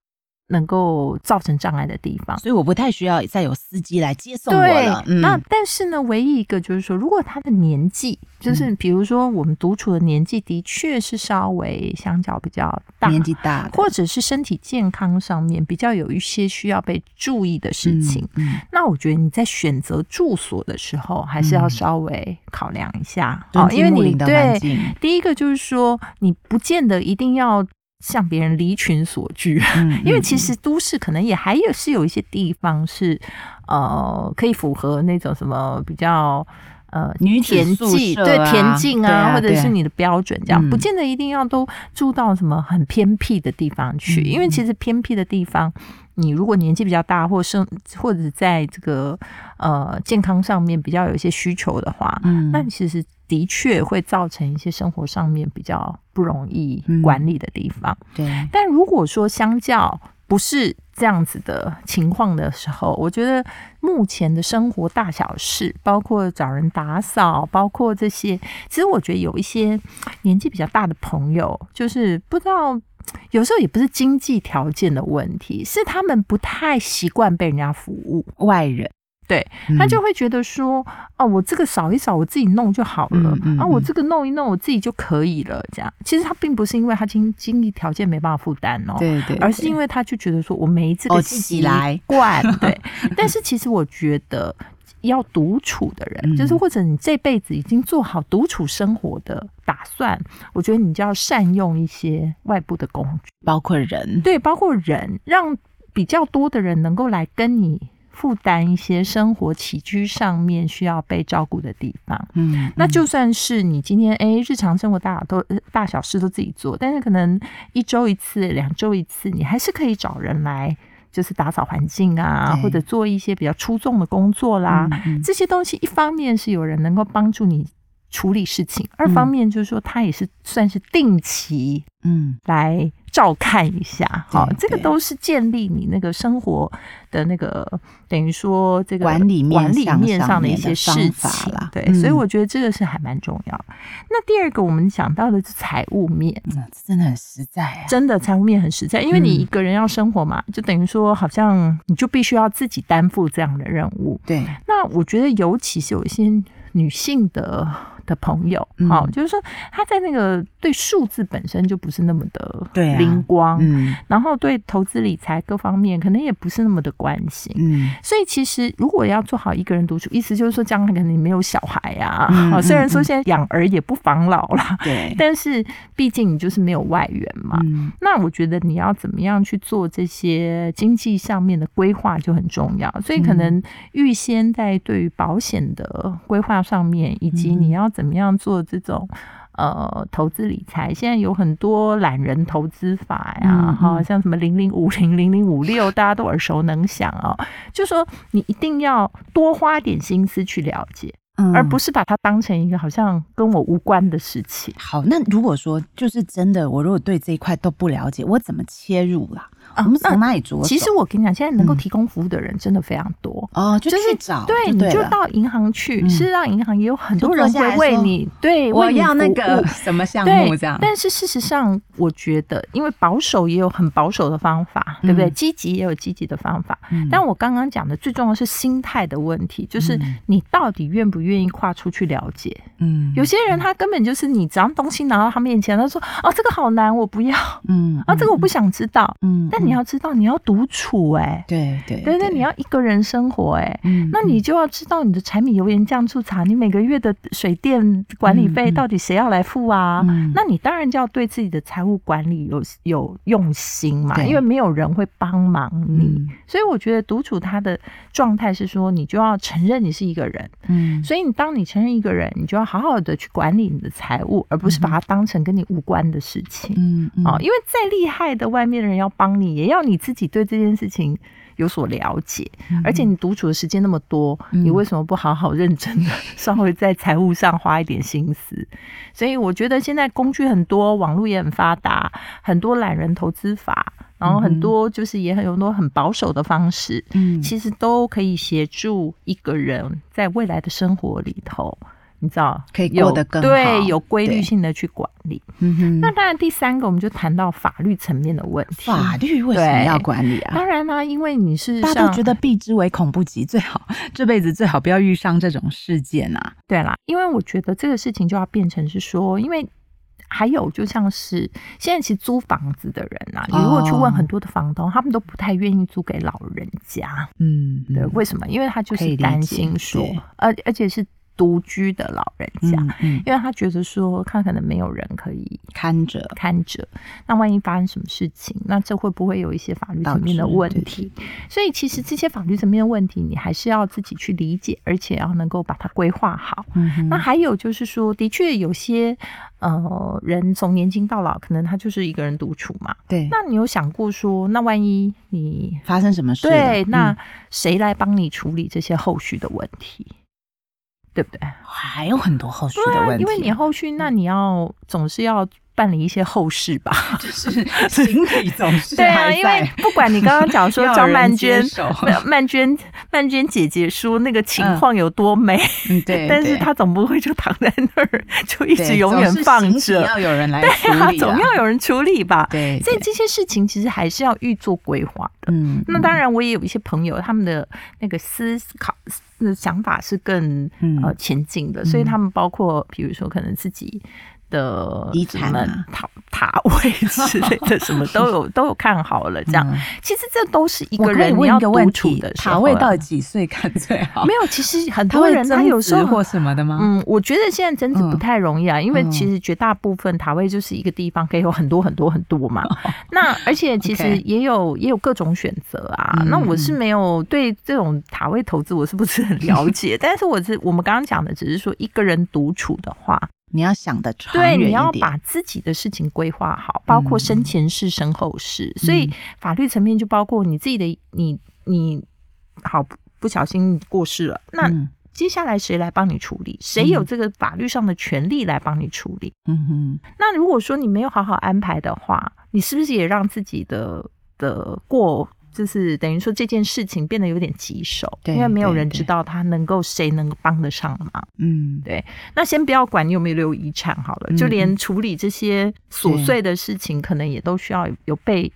[SPEAKER 1] 能够造成障碍的地方。
[SPEAKER 2] 所以我不太需要再有司机来接送我
[SPEAKER 1] 对
[SPEAKER 2] 了，，嗯
[SPEAKER 1] 那但是呢，唯一一个就是说，如果他的年纪，就是
[SPEAKER 2] 嗯
[SPEAKER 1] 比如说我们独处的年纪，的确是稍微相较比较大，
[SPEAKER 2] 年纪大的
[SPEAKER 1] 或者是身体健康上面比较有一些需要被注意的事情，，
[SPEAKER 2] 嗯嗯
[SPEAKER 1] 那我觉得你在选择住所的时候，还是要
[SPEAKER 2] 嗯
[SPEAKER 1] 稍微考量一下，
[SPEAKER 2] 敦
[SPEAKER 1] 哦因为
[SPEAKER 2] 亲睦
[SPEAKER 1] 你
[SPEAKER 2] 邻的环
[SPEAKER 1] 对
[SPEAKER 2] 境，
[SPEAKER 1] 第一个就是说，你不见得一定要向别人离群索居，
[SPEAKER 2] 嗯
[SPEAKER 1] 因为
[SPEAKER 2] 嗯
[SPEAKER 1] 其实都市可能也还有是有一些地方是，呃，可以符合那种什么比较。呃，
[SPEAKER 2] 女子
[SPEAKER 1] 田
[SPEAKER 2] 宿
[SPEAKER 1] 径
[SPEAKER 2] 舍
[SPEAKER 1] 对
[SPEAKER 2] 啊
[SPEAKER 1] 田径
[SPEAKER 2] 对啊
[SPEAKER 1] 或者
[SPEAKER 2] 对啊
[SPEAKER 1] 是你的标准这样，
[SPEAKER 2] 嗯
[SPEAKER 1] 不见得一定要都住到什么很偏僻的地方去，
[SPEAKER 2] 嗯
[SPEAKER 1] 因为其实偏僻的地方，你如果年纪比较大，或是或者在这个呃健康上面比较有一些需求的话，
[SPEAKER 2] 嗯
[SPEAKER 1] 那其实的确会造成一些生活上面比较不容易
[SPEAKER 2] 嗯
[SPEAKER 1] 管理的地方。
[SPEAKER 2] 对
[SPEAKER 1] 但如果说相较不是这样子的情况的时候，我觉得目前的生活大小事，包括找人打扫，包括这些，其实我觉得有一些年纪比较大的朋友，就是不知道。有时候也不是经济条件的问题，是他们不太习惯被人家服务，
[SPEAKER 2] 外人，
[SPEAKER 1] 对
[SPEAKER 2] 嗯，
[SPEAKER 1] 他就会觉得说，哦，我这个扫一扫，我自己弄就好了，
[SPEAKER 2] 嗯嗯
[SPEAKER 1] 啊，我
[SPEAKER 2] 嗯
[SPEAKER 1] 这个弄一弄，我自己就可以了，这样。其实他并不是因为他经经济条件没办法负担哦，
[SPEAKER 2] 对对，
[SPEAKER 1] 而是因
[SPEAKER 2] 为
[SPEAKER 1] 为他就觉得说我没这
[SPEAKER 2] 哦
[SPEAKER 1] 个
[SPEAKER 2] 自己
[SPEAKER 1] 习
[SPEAKER 2] 来
[SPEAKER 1] 惯， 对。但是其实我觉得。要独处的人，就是
[SPEAKER 2] 嗯
[SPEAKER 1] 或者你这辈子已经做好独处生活的打算，我觉得你就要善用一些外部的工具。
[SPEAKER 2] 包括人，
[SPEAKER 1] 对，包括人，让比较多的人能够来跟你负担一些生活起居上面需要被照顾的地方。
[SPEAKER 2] 嗯，
[SPEAKER 1] 那就算是你今天诶日常生活大小都呃大小事都自己做，但是可能一周一次、两周一次，你还是可以找人来，就是打扫环境啊，
[SPEAKER 2] 对
[SPEAKER 1] 或者做一些比较出众的工作啦。
[SPEAKER 2] 嗯嗯
[SPEAKER 1] 这啊些东西一方面是有人能够帮助你处理事情，二方
[SPEAKER 2] 嗯
[SPEAKER 1] 面就是说他也是算是定期
[SPEAKER 2] 嗯
[SPEAKER 1] 来照看一下，好
[SPEAKER 2] 对，
[SPEAKER 1] 这个
[SPEAKER 2] 对
[SPEAKER 1] 都是建立你那个生活的那个等于说这个
[SPEAKER 2] 管理面
[SPEAKER 1] 管理
[SPEAKER 2] 向
[SPEAKER 1] 面
[SPEAKER 2] 上
[SPEAKER 1] 上的一
[SPEAKER 2] 面
[SPEAKER 1] 些
[SPEAKER 2] 的
[SPEAKER 1] 事
[SPEAKER 2] 方法
[SPEAKER 1] 情
[SPEAKER 2] 啦
[SPEAKER 1] 对，
[SPEAKER 2] 嗯
[SPEAKER 1] 所以我觉得这个是还蛮重要的。那第二个我们讲到的是财务面，
[SPEAKER 2] 嗯，这真的很实在啊，
[SPEAKER 1] 真的财务面很实在，因为你
[SPEAKER 2] 嗯
[SPEAKER 1] 一个人要生活嘛，就等于说好像你就必须要自己担负这样的任务。
[SPEAKER 2] 对，
[SPEAKER 1] 那我觉得，尤其是有一些女性的的朋友，
[SPEAKER 2] 嗯
[SPEAKER 1] 哦，就是说她在那个对数字本身就不是那么的
[SPEAKER 2] 对啊
[SPEAKER 1] 灵光，
[SPEAKER 2] 嗯
[SPEAKER 1] 然后对投资理财各方面可能也不是那么的关心。
[SPEAKER 2] 嗯，
[SPEAKER 1] 所以其实如果要做好一个人独处，意思就是说将来可能你没有小孩呀、啊，
[SPEAKER 2] 嗯
[SPEAKER 1] 哦虽然
[SPEAKER 2] 嗯
[SPEAKER 1] 说
[SPEAKER 2] 嗯
[SPEAKER 1] 现在养儿也不防老啦，
[SPEAKER 2] 对，
[SPEAKER 1] 但是毕竟你就是没有外援嘛。
[SPEAKER 2] 嗯
[SPEAKER 1] 那我觉得你要怎么样去做这些经济上面的规划就很重要，所以
[SPEAKER 2] 嗯
[SPEAKER 1] 可能预先在对于保险的规划上面，以及
[SPEAKER 2] 嗯
[SPEAKER 1] 你要怎么样做这种。呃，投资理财现在有很多懒人投资法呀，
[SPEAKER 2] 嗯
[SPEAKER 1] 哈、
[SPEAKER 2] 嗯
[SPEAKER 1] 像什么零零五零、零零五六，大家都耳熟能详哦。就说你一定要多花点心思去了解，
[SPEAKER 2] 嗯，
[SPEAKER 1] 而不是把它当成一个好像跟我无关的事情。
[SPEAKER 2] 好，那如果说就是真的，我如果对这一块都不了解，我怎么切入啦？
[SPEAKER 1] 啊
[SPEAKER 2] 我们
[SPEAKER 1] 那
[SPEAKER 2] 从哪里着手？
[SPEAKER 1] 其实我跟你讲，现在能够
[SPEAKER 2] 嗯
[SPEAKER 1] 提供服务的人真的非常多。
[SPEAKER 2] 哦，就
[SPEAKER 1] 就
[SPEAKER 2] 去
[SPEAKER 1] 是
[SPEAKER 2] 找，
[SPEAKER 1] 对，你
[SPEAKER 2] 对
[SPEAKER 1] 就
[SPEAKER 2] 了
[SPEAKER 1] 到银行去，
[SPEAKER 2] 嗯
[SPEAKER 1] 事实上银行也有很
[SPEAKER 2] 就
[SPEAKER 1] 多
[SPEAKER 2] 坐
[SPEAKER 1] 人
[SPEAKER 2] 下
[SPEAKER 1] 会
[SPEAKER 2] 来
[SPEAKER 1] 为
[SPEAKER 2] 说
[SPEAKER 1] 你，对，
[SPEAKER 2] 我
[SPEAKER 1] 为你
[SPEAKER 2] 要那
[SPEAKER 1] 服
[SPEAKER 2] 个
[SPEAKER 1] 务
[SPEAKER 2] 什么 项目
[SPEAKER 1] 对
[SPEAKER 2] 这样，，
[SPEAKER 1] 但是事实上，我觉得，因为保守也有很保守的方法，对不对？
[SPEAKER 2] 嗯
[SPEAKER 1] 积极也有积极的方法。
[SPEAKER 2] 嗯
[SPEAKER 1] 但我刚刚讲的最重要是心态的问题，就是
[SPEAKER 2] 嗯
[SPEAKER 1] 你到底愿不愿意跨出去了解？
[SPEAKER 2] 嗯
[SPEAKER 1] 有些人他根本就是你只要东西拿到他面前，他说：“哦，这个好难，我不要。”
[SPEAKER 2] 嗯
[SPEAKER 1] 啊，这个我不想知道。
[SPEAKER 2] 嗯，
[SPEAKER 1] 但你
[SPEAKER 2] 嗯
[SPEAKER 1] 要知道，你要独处、哎，
[SPEAKER 2] 对对
[SPEAKER 1] 对对，你要一个人生活、哎。
[SPEAKER 2] 嗯
[SPEAKER 1] 那你就要知道你的柴米油盐酱醋茶，你每个月的水电管理
[SPEAKER 2] 嗯
[SPEAKER 1] 费
[SPEAKER 2] 嗯
[SPEAKER 1] 到底谁要来付啊？
[SPEAKER 2] 嗯
[SPEAKER 1] 那你当然就要对自己的财务管理有有用心嘛，
[SPEAKER 2] 对
[SPEAKER 1] 因为没有人会帮忙你。
[SPEAKER 2] 嗯
[SPEAKER 1] 所以我觉得独处他的状态是说，你就要承认你是一个人。
[SPEAKER 2] 嗯
[SPEAKER 1] 所以你当你承认一个人，你就要好好的去管理你的财务，而不是把它当成跟你无关的事情。
[SPEAKER 2] 嗯嗯
[SPEAKER 1] 哦，因为再厉害的外面的人要帮你，也要你自己对这件事情有所了解。而且你独处的时间那么多，
[SPEAKER 2] 嗯
[SPEAKER 1] 你为什么不好好认真 的稍微在财务上花一点心思？所以我觉得现在工具很多，网络也很发达，很多懒人投资法，然后很多就是也很有很多很保守的方式，
[SPEAKER 2] 嗯
[SPEAKER 1] 其实都可以协助一个人在未来的生活里头。你知道，
[SPEAKER 2] 可以
[SPEAKER 1] 有
[SPEAKER 2] 过得更好
[SPEAKER 1] 对，有规
[SPEAKER 2] 对
[SPEAKER 1] 律性的去管理。
[SPEAKER 2] 嗯哼
[SPEAKER 1] 那当然，第三个我们就谈到法律层面的问题。
[SPEAKER 2] 法律为什么
[SPEAKER 1] 对
[SPEAKER 2] 要管理啊？
[SPEAKER 1] 当然啦、因为你是
[SPEAKER 2] 大家
[SPEAKER 1] 上
[SPEAKER 2] 都觉得避之唯恐不及，最好这辈子最好不要遇上这种事件啊。
[SPEAKER 1] 对啦，因为我觉得这个事情就要变成是说，因为还有就像是现在其实租房子的人啊，你如果去问很多的房东，他们都不太愿意租给老人家。
[SPEAKER 2] 嗯，
[SPEAKER 1] 对，
[SPEAKER 2] 嗯
[SPEAKER 1] 为什么？因为他就
[SPEAKER 2] 可以
[SPEAKER 1] 是
[SPEAKER 2] 理解
[SPEAKER 1] 担心说
[SPEAKER 2] 对，
[SPEAKER 1] 而而且是独居的老人家。
[SPEAKER 2] 嗯嗯，
[SPEAKER 1] 因为他觉得说，他可能没有人可以
[SPEAKER 2] 看着，
[SPEAKER 1] 看着，那万一发生什么事情，那这会不会有一些法律层面的问
[SPEAKER 2] 导致
[SPEAKER 1] 题？所以其实这些法律层面的问题，你还是要自己去理解，而且要能够把它规划好。
[SPEAKER 2] 嗯哼
[SPEAKER 1] 那还有就是说，的确有些呃人从年轻到老，可能他就是一个人独处嘛。
[SPEAKER 2] 对，
[SPEAKER 1] 那你有想过说，那万一你
[SPEAKER 2] 发生什么事了？
[SPEAKER 1] 对，
[SPEAKER 2] 嗯
[SPEAKER 1] 那谁来帮你处理这些后续的问题？对不对？
[SPEAKER 2] 还有很多后续
[SPEAKER 1] 对
[SPEAKER 2] 的
[SPEAKER 1] 啊，
[SPEAKER 2] 问题，嗯
[SPEAKER 1] 因为你后续那你要总是要办理一些后事吧？
[SPEAKER 2] 就是 行李总是
[SPEAKER 1] 对啊，
[SPEAKER 2] 还
[SPEAKER 1] 因为
[SPEAKER 2] 在。
[SPEAKER 1] 不管你刚刚讲说
[SPEAKER 2] 要有
[SPEAKER 1] 张
[SPEAKER 2] 人
[SPEAKER 1] 曼
[SPEAKER 2] 接
[SPEAKER 1] 娟
[SPEAKER 2] 手
[SPEAKER 1] 没有曼娟、曼娟姐姐说那个情况有多美，
[SPEAKER 2] 嗯，对，
[SPEAKER 1] 但是
[SPEAKER 2] 对
[SPEAKER 1] 她总不会就躺在那儿就一
[SPEAKER 2] 对
[SPEAKER 1] 直永远
[SPEAKER 2] 总是
[SPEAKER 1] 放
[SPEAKER 2] 形体
[SPEAKER 1] 着，
[SPEAKER 2] 要有人来处
[SPEAKER 1] 对啊，
[SPEAKER 2] 理
[SPEAKER 1] 总
[SPEAKER 2] 啦
[SPEAKER 1] 要有人处理吧。
[SPEAKER 2] 对，
[SPEAKER 1] 所以
[SPEAKER 2] 对
[SPEAKER 1] 这些事情其实还是要预做规划的。
[SPEAKER 2] 嗯，
[SPEAKER 1] 那当然，我也有一些朋友，他们的那个思考、呃想法是更
[SPEAKER 2] 嗯
[SPEAKER 1] 呃前进的，所以他们包括比如说可能自己的
[SPEAKER 2] 遗
[SPEAKER 1] 什
[SPEAKER 2] 产
[SPEAKER 1] 么
[SPEAKER 2] 啊
[SPEAKER 1] 塔塔位之类的，什么 都有都有看好了。这样，
[SPEAKER 2] 嗯
[SPEAKER 1] 其实这都是一
[SPEAKER 2] 我
[SPEAKER 1] 个
[SPEAKER 2] 可以
[SPEAKER 1] 人你
[SPEAKER 2] 问
[SPEAKER 1] 要
[SPEAKER 2] 一个问
[SPEAKER 1] 独处
[SPEAKER 2] 题
[SPEAKER 1] 的，时
[SPEAKER 2] 塔
[SPEAKER 1] 候
[SPEAKER 2] 位
[SPEAKER 1] 啊
[SPEAKER 2] 到底 几岁看最好？
[SPEAKER 1] 没有。其实很
[SPEAKER 2] 他
[SPEAKER 1] 多
[SPEAKER 2] 会
[SPEAKER 1] 人他
[SPEAKER 2] 增
[SPEAKER 1] 有时候
[SPEAKER 2] 值或什么的吗？
[SPEAKER 1] 嗯，我觉得现在增值不
[SPEAKER 2] 嗯
[SPEAKER 1] 太容易啊，因为
[SPEAKER 2] 嗯
[SPEAKER 1] 其实绝大部分塔位就是一个地方可以有很多很多很多 嘛。那而且其实
[SPEAKER 2] OK 嗯
[SPEAKER 1] 也有也有各种选择啊。那我是没有对这种塔位投资我是不是很了 解，但是我是我们刚刚讲的只是说一个人独处的话，
[SPEAKER 2] 你要想的长
[SPEAKER 1] 对，
[SPEAKER 2] 远
[SPEAKER 1] 你
[SPEAKER 2] 一
[SPEAKER 1] 要
[SPEAKER 2] 点嗯
[SPEAKER 1] 把自己的事情规划好，包括生前事、身后事。所以法律层面就包括你自己的，你你好不不小心过世了，那
[SPEAKER 2] 嗯
[SPEAKER 1] 接下来谁来帮你处理？谁有这个法律上的权利来帮你处理？
[SPEAKER 2] 嗯哼，
[SPEAKER 1] 那如果说你没有好好安排的话，你是不是也让自己的的过？就是等于说这件事情变得有点棘手，
[SPEAKER 2] 对
[SPEAKER 1] 因为没有
[SPEAKER 2] 对
[SPEAKER 1] 人
[SPEAKER 2] 对
[SPEAKER 1] 知道他能够谁能够帮得上忙。
[SPEAKER 2] 嗯，
[SPEAKER 1] 那先不要管你有没有留遗产好了，
[SPEAKER 2] 嗯
[SPEAKER 1] 就连处理这些琐碎的事情，可能也都需要有被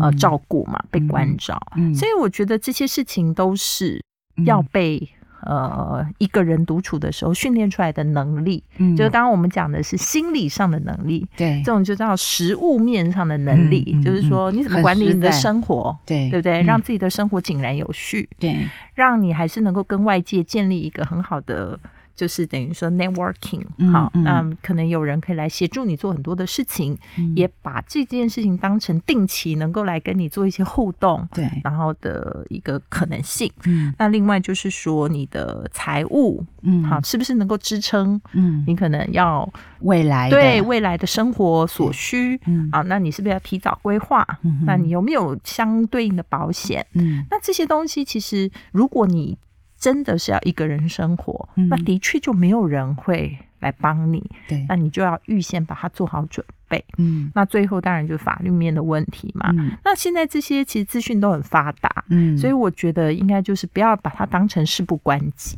[SPEAKER 1] 呃
[SPEAKER 2] 嗯
[SPEAKER 1] 照顾嘛，被关照。
[SPEAKER 2] 嗯
[SPEAKER 1] 所以我觉得这些事情都是要被、呃一个人独处的时候训练出来的能力。
[SPEAKER 2] 嗯
[SPEAKER 1] 就是刚刚我们讲的是心理上的能力，
[SPEAKER 2] 对
[SPEAKER 1] 这种就叫实物面上的能力，
[SPEAKER 2] 嗯嗯
[SPEAKER 1] 就是说你怎么管理你的生活。
[SPEAKER 2] 对
[SPEAKER 1] 对不对？
[SPEAKER 2] 嗯
[SPEAKER 1] 让自己的生活井然有序，
[SPEAKER 2] 对
[SPEAKER 1] 让你还是能够跟外界建立一个很好的，就是等于说 networking、
[SPEAKER 2] 嗯
[SPEAKER 1] 好，
[SPEAKER 2] 嗯
[SPEAKER 1] 那可能有人可以来协助你做很多的事情，
[SPEAKER 2] 嗯
[SPEAKER 1] 也把这件事情当成定期能够来跟你做一些互动，
[SPEAKER 2] 对，
[SPEAKER 1] 然后的一个可能性。
[SPEAKER 2] 嗯
[SPEAKER 1] 那另外就是说你的财务，
[SPEAKER 2] 嗯
[SPEAKER 1] 好，是不是能够支撑
[SPEAKER 2] 嗯，
[SPEAKER 1] 你可能要
[SPEAKER 2] 未来的
[SPEAKER 1] 对未来的生活所需？
[SPEAKER 2] 嗯
[SPEAKER 1] 啊，那你是不是要提早规划？
[SPEAKER 2] 嗯哼
[SPEAKER 1] 那你有没有相对应的保险？
[SPEAKER 2] 嗯
[SPEAKER 1] 那这些东西其实，如果你真的是要一个人生活，
[SPEAKER 2] 嗯
[SPEAKER 1] 那的确就没有人会来帮你，
[SPEAKER 2] 对
[SPEAKER 1] 那你就要预先把它做好准备。
[SPEAKER 2] 嗯
[SPEAKER 1] 那最后当然就是法律面的问题嘛。
[SPEAKER 2] 嗯
[SPEAKER 1] 那现在这些其实资讯都很发达，
[SPEAKER 2] 嗯，
[SPEAKER 1] 啊所以我觉得应该就是不要把它当成事不关己。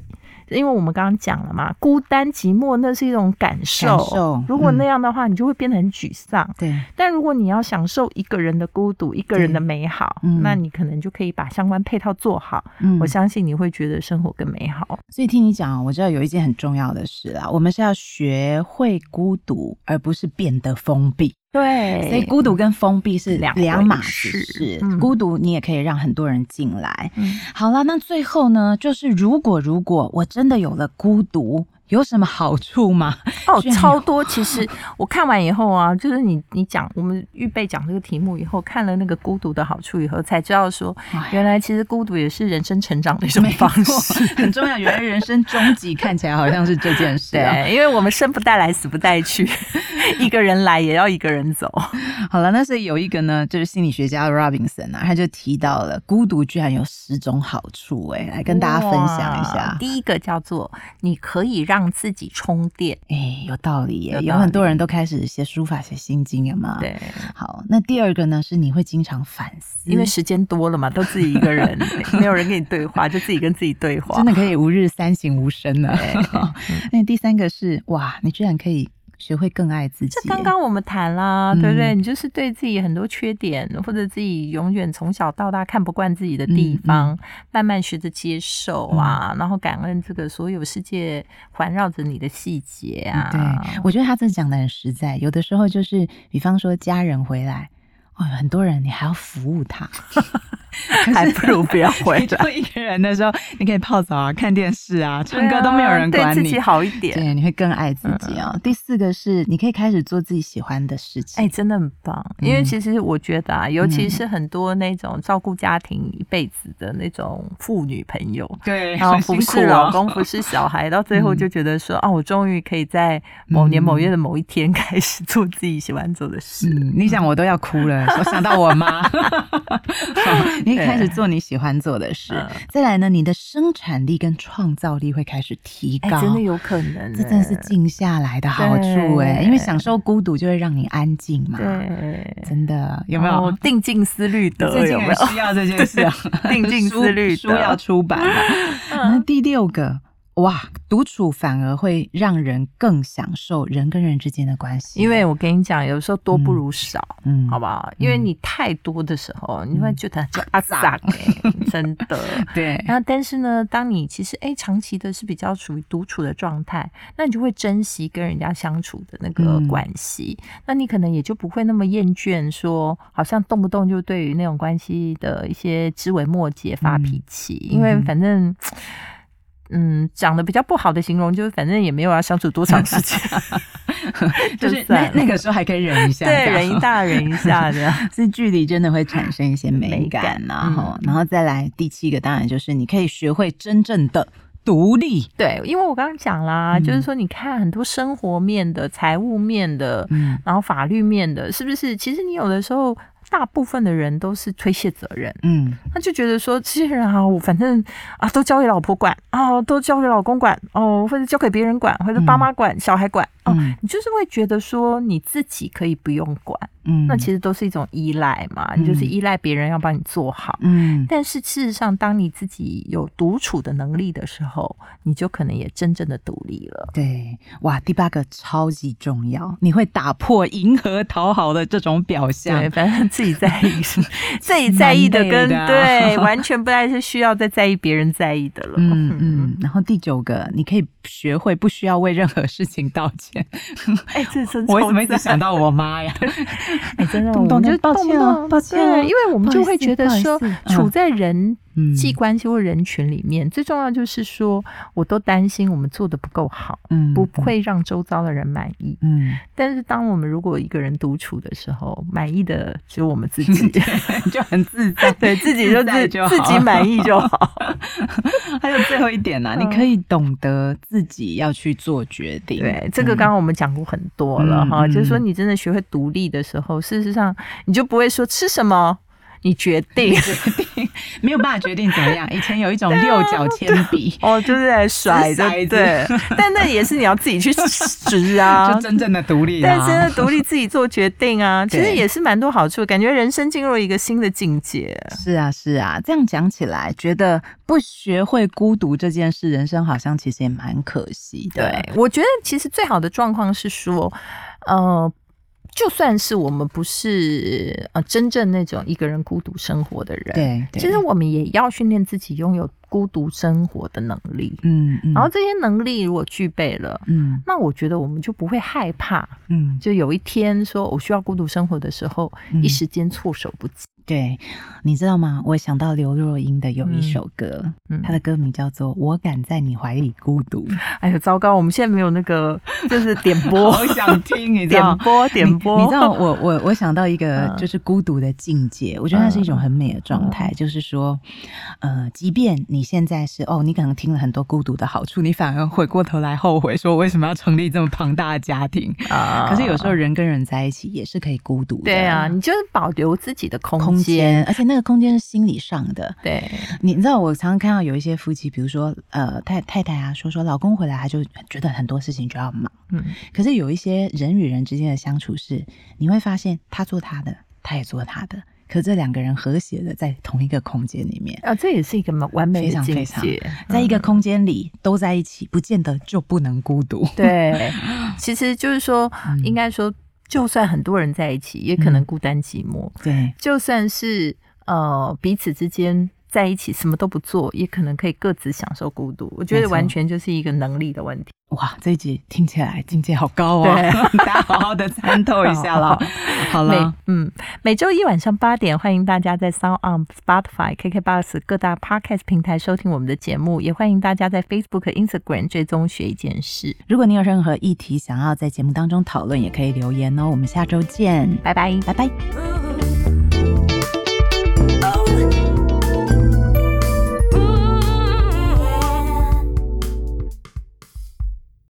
[SPEAKER 1] 因为我们刚刚讲了嘛，孤单寂寞那是一种感受，
[SPEAKER 2] 感受
[SPEAKER 1] 如果
[SPEAKER 2] 嗯
[SPEAKER 1] 那样的话，你就会变得很沮丧。
[SPEAKER 2] 对
[SPEAKER 1] 但如果你要享受一个人的孤独、一个人的美好，
[SPEAKER 2] 嗯
[SPEAKER 1] 那你可能就可以把相关配套做好。
[SPEAKER 2] 嗯
[SPEAKER 1] 我相信你会觉得生活更美好。
[SPEAKER 2] 所以听你讲，我知道有一件很重要的事啦，我们是要学会孤独，而不是变得封闭。
[SPEAKER 1] 对
[SPEAKER 2] 所以孤独跟封闭是
[SPEAKER 1] 两
[SPEAKER 2] 哎两
[SPEAKER 1] 回
[SPEAKER 2] 码
[SPEAKER 1] 事
[SPEAKER 2] 子事。
[SPEAKER 1] 嗯
[SPEAKER 2] 孤独你也可以让很多人进来。
[SPEAKER 1] 嗯
[SPEAKER 2] 好了，那最后呢，就是如果如果我真的有了孤独，有什么好处吗？
[SPEAKER 1] 哦
[SPEAKER 2] 居，然有
[SPEAKER 1] 超多！其实我看完以后啊，就是你你讲我们预备讲这个题目以后，看了那个孤独的好处以后，才知道说，原来其实孤独也是人生成长的一种
[SPEAKER 2] 没
[SPEAKER 1] 方
[SPEAKER 2] 错
[SPEAKER 1] 式。，
[SPEAKER 2] 很重要。原来人生终极看起来好像是这件事、啊。
[SPEAKER 1] 对，因为我们生不带来，死不带 去，一个人来也要一个人走。
[SPEAKER 2] 好了，那是有一个呢，就是心理学家 Robinson 啊，他就提到了孤独居然有十种好处、哎，来跟大家分享一
[SPEAKER 1] 哇
[SPEAKER 2] 下。
[SPEAKER 1] 第一个叫做你可以让自己充电，
[SPEAKER 2] 哎、有道理耶、
[SPEAKER 1] 有道理
[SPEAKER 2] 有很多人都开始写书法、写心经，有吗？。
[SPEAKER 1] 对，
[SPEAKER 2] 好，那第二个呢，是你会经常反思，
[SPEAKER 1] 因为时间多了嘛，都自己一个 人，没有人跟你对话，就自己跟自己对话
[SPEAKER 2] 真。的可以无日三省吾身呢、
[SPEAKER 1] 嗯
[SPEAKER 2] 那第三个是哇，你居然可以学会更爱自己
[SPEAKER 1] 这
[SPEAKER 2] 耶、
[SPEAKER 1] 刚刚我们谈啦，对不对？
[SPEAKER 2] 嗯
[SPEAKER 1] 你就是对自己很多缺点，或者自己永远从小到大看不惯自己的地方，慢慢学着接受啊，然后感恩这个所有世界环绕着你的细节啊。
[SPEAKER 2] 对，我觉得他这讲的很实在。有的时候就是，比方说家人回来，哦，很多人你还要服务 他，
[SPEAKER 1] 还不如不要回
[SPEAKER 2] 你就
[SPEAKER 1] 来，
[SPEAKER 2] 一个人的时候，你可以泡澡啊、看电视啊、唱歌都没有人
[SPEAKER 1] 对啊
[SPEAKER 2] 管
[SPEAKER 1] 对
[SPEAKER 2] 你，
[SPEAKER 1] 自己好一点。嗯
[SPEAKER 2] 对，你会更爱自己哦。第四个是，你可以开始做自己喜欢的事情。
[SPEAKER 1] 哎、真的很棒！因为其实我觉得啊，尤其是很多那种照顾家庭一辈子的那种妇女朋友，
[SPEAKER 2] 对
[SPEAKER 1] 然后
[SPEAKER 2] 很
[SPEAKER 1] 服
[SPEAKER 2] 辛苦
[SPEAKER 1] 侍
[SPEAKER 2] 哦
[SPEAKER 1] 老公、 服侍小孩，到最后
[SPEAKER 2] 嗯
[SPEAKER 1] 就觉得说、啊，我终于可以在某年
[SPEAKER 2] 嗯
[SPEAKER 1] 某月的某一天开始做自己喜欢做的事。
[SPEAKER 2] 嗯，你想我都要哭了，我想到我妈，你开始做你喜欢做的事，
[SPEAKER 1] 嗯
[SPEAKER 2] 再来呢，你的生产力跟创造力会开始提
[SPEAKER 1] 哎、
[SPEAKER 2] 高，
[SPEAKER 1] 真的有可能、
[SPEAKER 2] 这真的是静下来的好处哎、
[SPEAKER 1] 对
[SPEAKER 2] 因为享受孤独就会让你安静嘛，
[SPEAKER 1] 啊对，
[SPEAKER 2] 真的有没有？
[SPEAKER 1] 哦定静思虑
[SPEAKER 2] 你
[SPEAKER 1] 得
[SPEAKER 2] 最近
[SPEAKER 1] 有没有，
[SPEAKER 2] 很？需要这件事啊
[SPEAKER 1] 定 静思虑
[SPEAKER 2] 书
[SPEAKER 1] 的嗯
[SPEAKER 2] 书要出版了。那第六个，哇，独处反而会让人更享受人跟人之间的关 系，
[SPEAKER 1] 因为我跟你讲，有时候多不如少，
[SPEAKER 2] 嗯，
[SPEAKER 1] 好
[SPEAKER 2] 吧，
[SPEAKER 1] 不好？因为你太多的时候，你会觉得就阿
[SPEAKER 2] 杂
[SPEAKER 1] 杂、欸，真的。
[SPEAKER 2] 对，
[SPEAKER 1] 然后，但是呢，当你其实哎、诶长期的是比较属于独处的状态，那你就会珍惜跟人家相处的那个
[SPEAKER 2] 嗯
[SPEAKER 1] 关系，那你可能也就不会那么厌倦说，好像动不动就对于那种关系的一些枝微末节发脾气，因为
[SPEAKER 2] 嗯哼
[SPEAKER 1] 反正。嗯，讲的比较不好的形容就是，反正也没有要相处多长时间，
[SPEAKER 2] 就是
[SPEAKER 1] 算
[SPEAKER 2] 那
[SPEAKER 1] 了
[SPEAKER 2] 那个时候还可以忍一下，
[SPEAKER 1] 对，忍
[SPEAKER 2] 这样
[SPEAKER 1] 一。大忍一下这样。
[SPEAKER 2] 是距离真的会产生一些美感呐、
[SPEAKER 1] 美感
[SPEAKER 2] 啊，吼然后再来第七个，当然就是你可以学会真正的独立，
[SPEAKER 1] 对，因为我刚刚讲啦，
[SPEAKER 2] 嗯
[SPEAKER 1] 就是说，你看很多生活面的、财务面的，
[SPEAKER 2] 嗯，
[SPEAKER 1] 然后法律面的，是不是？其实你有的时候，大部分的人都是推卸责任，
[SPEAKER 2] 嗯，
[SPEAKER 1] 他就觉得说这些人啊，我反正啊都交给老婆管哦，都交给老公管哦，或者交给别人管，或者爸妈管、小孩管哦。
[SPEAKER 2] 嗯
[SPEAKER 1] 你就是会觉得说你自己可以不用管，
[SPEAKER 2] 嗯，
[SPEAKER 1] 那其实都是一种依赖嘛，你就是
[SPEAKER 2] 嗯
[SPEAKER 1] 依赖别人要帮你做好。
[SPEAKER 2] 嗯，
[SPEAKER 1] 但是事实上，当你自己有独处的能力的时候，你就可能也真正的独立了。
[SPEAKER 2] 对，哇，第八个超级重要，你会打破迎合讨好的这种表
[SPEAKER 1] 对，
[SPEAKER 2] 象。
[SPEAKER 1] 反正自己在意， 自己在意的跟
[SPEAKER 2] 蛮累的啊
[SPEAKER 1] 对完全不再是需要再在意别人在意的了。
[SPEAKER 2] 嗯嗯，然后第九个，你可以学会不需要为任何事情道 歉。
[SPEAKER 1] 哎，这真
[SPEAKER 2] 我为
[SPEAKER 1] 超
[SPEAKER 2] 什么一直
[SPEAKER 1] 赞
[SPEAKER 2] 想到我妈 呀？
[SPEAKER 1] 哎，真的，
[SPEAKER 2] 动
[SPEAKER 1] 我
[SPEAKER 2] 不动
[SPEAKER 1] 们就
[SPEAKER 2] 就抱
[SPEAKER 1] 动不
[SPEAKER 2] 歉哦
[SPEAKER 1] 动
[SPEAKER 2] 抱歉哦
[SPEAKER 1] 对，因为我们
[SPEAKER 2] 不好
[SPEAKER 1] 就
[SPEAKER 2] 意
[SPEAKER 1] 会
[SPEAKER 2] 思
[SPEAKER 1] 觉得
[SPEAKER 2] 不好意
[SPEAKER 1] 说
[SPEAKER 2] 思，
[SPEAKER 1] 处
[SPEAKER 2] 嗯
[SPEAKER 1] 在人
[SPEAKER 2] 嗯
[SPEAKER 1] 际关系或人群里面，最重要就是说，我都担心我们做的不够好，
[SPEAKER 2] 嗯
[SPEAKER 1] 不，会让周遭的人满意。
[SPEAKER 2] 嗯，
[SPEAKER 1] 但是，当我们如果一个人独处的时候，满意的只有我们自 己，
[SPEAKER 2] 你嗯就很自在。
[SPEAKER 1] 对自己就
[SPEAKER 2] 自在
[SPEAKER 1] 自
[SPEAKER 2] 就好
[SPEAKER 1] 自己满意就好。
[SPEAKER 2] 还有最后一点啊呢、你可以懂得自己要去做决定。
[SPEAKER 1] 对，这个刚刚我们讲过很多了
[SPEAKER 2] 嗯
[SPEAKER 1] 哈，
[SPEAKER 2] 嗯
[SPEAKER 1] 就是说你真的学会独立的时候，事实上你就不会说吃什么你决定
[SPEAKER 2] 没有办法决定怎么样。以前有一种六角铅笔，
[SPEAKER 1] 哦，就是在甩
[SPEAKER 2] 掷
[SPEAKER 1] 的
[SPEAKER 2] 骰，子
[SPEAKER 1] 对，但那也是你要自己 去执啊
[SPEAKER 2] 就。真正的独立啦。啊
[SPEAKER 1] 但真的独立自己做决定啊，其实
[SPEAKER 2] 对
[SPEAKER 1] 也是蛮多好处，感觉人生进入一个新的境界。
[SPEAKER 2] 是啊，是啊，这样讲起来，觉得不学会孤独这件事，人生好像其实也蛮可惜的。
[SPEAKER 1] 对，我觉得其实最好的状况是说，呃，就算是我们不是呃真正那种一个人孤独生活的人，
[SPEAKER 2] 对对，
[SPEAKER 1] 其实我们也要训练自己拥有孤独生活的能力。
[SPEAKER 2] 嗯嗯，
[SPEAKER 1] 然后这些能力如果具备了，
[SPEAKER 2] 嗯
[SPEAKER 1] 那我觉得我们就不会害怕，
[SPEAKER 2] 嗯，
[SPEAKER 1] 就有一天说我需要孤独生活的时候，
[SPEAKER 2] 嗯
[SPEAKER 1] 一时间措手不及。
[SPEAKER 2] 对，你知道吗？我想到刘若英的有一首歌，
[SPEAKER 1] 嗯
[SPEAKER 2] 她的歌名叫做《我敢在你怀里孤独》，
[SPEAKER 1] 哎呦，糟糕，我们现在没有那个， 就是点 播，
[SPEAKER 2] 想听，你
[SPEAKER 1] 点播，点播。
[SPEAKER 2] 你你知道我我我想到一个
[SPEAKER 1] 嗯
[SPEAKER 2] 就是孤独的境界，我觉得那是一种很美的状态，就是说，呃，即便你现在是哦，你可能听了很多孤独的好处，你反而回过头来后悔说为什么要成立这么庞大的家庭？
[SPEAKER 1] 啊
[SPEAKER 2] 可是有时候人跟人在一起也是可以孤独的，
[SPEAKER 1] 对啊，，你就是保留自己的空间。
[SPEAKER 2] 空间，而且那个空间是心理上的，
[SPEAKER 1] 对，
[SPEAKER 2] 你你知道，我常常看到有一些夫妻，比如说呃太太太啊，说说老公回来，他就觉得很多事情就要忙。
[SPEAKER 1] 嗯，
[SPEAKER 2] 可是有一些人与人之间的相处是，你会发现他做他的，他也做他的，可这两个人和谐的在同一个空间里面，
[SPEAKER 1] 啊，这也是一个蛮完美
[SPEAKER 2] 非
[SPEAKER 1] 的
[SPEAKER 2] 常
[SPEAKER 1] 境
[SPEAKER 2] 非常
[SPEAKER 1] 界。
[SPEAKER 2] 在一个空间里都在一起，不见得就不能孤独。
[SPEAKER 1] 对，其实就是说，
[SPEAKER 2] 嗯
[SPEAKER 1] 应该说，就算很多人在一起，也可能孤单寂寞；
[SPEAKER 2] 对，
[SPEAKER 1] 就算是呃彼此之间在一起什么都不做，也可能可以各自享受孤独。我觉
[SPEAKER 2] 没
[SPEAKER 1] 得
[SPEAKER 2] 错
[SPEAKER 1] 完全就是一个能力的问题。
[SPEAKER 2] 哇，这一集听起来境界好高哦
[SPEAKER 1] 对，
[SPEAKER 2] 大家好好的参透一下了。 好
[SPEAKER 1] 每
[SPEAKER 2] 了，
[SPEAKER 1] 嗯，每周一晚上八点，欢迎大家在 Sound On、Spotify、KKBox 各大 Podcast 平台收听我们的节目，也欢迎大家在 Facebook、Instagram 追踪学一件事。
[SPEAKER 2] 如果你有任何议题想要在节目当中讨论，也可以留言哦。我们下周见，
[SPEAKER 1] 拜拜。
[SPEAKER 2] 拜拜。
[SPEAKER 3] 嗯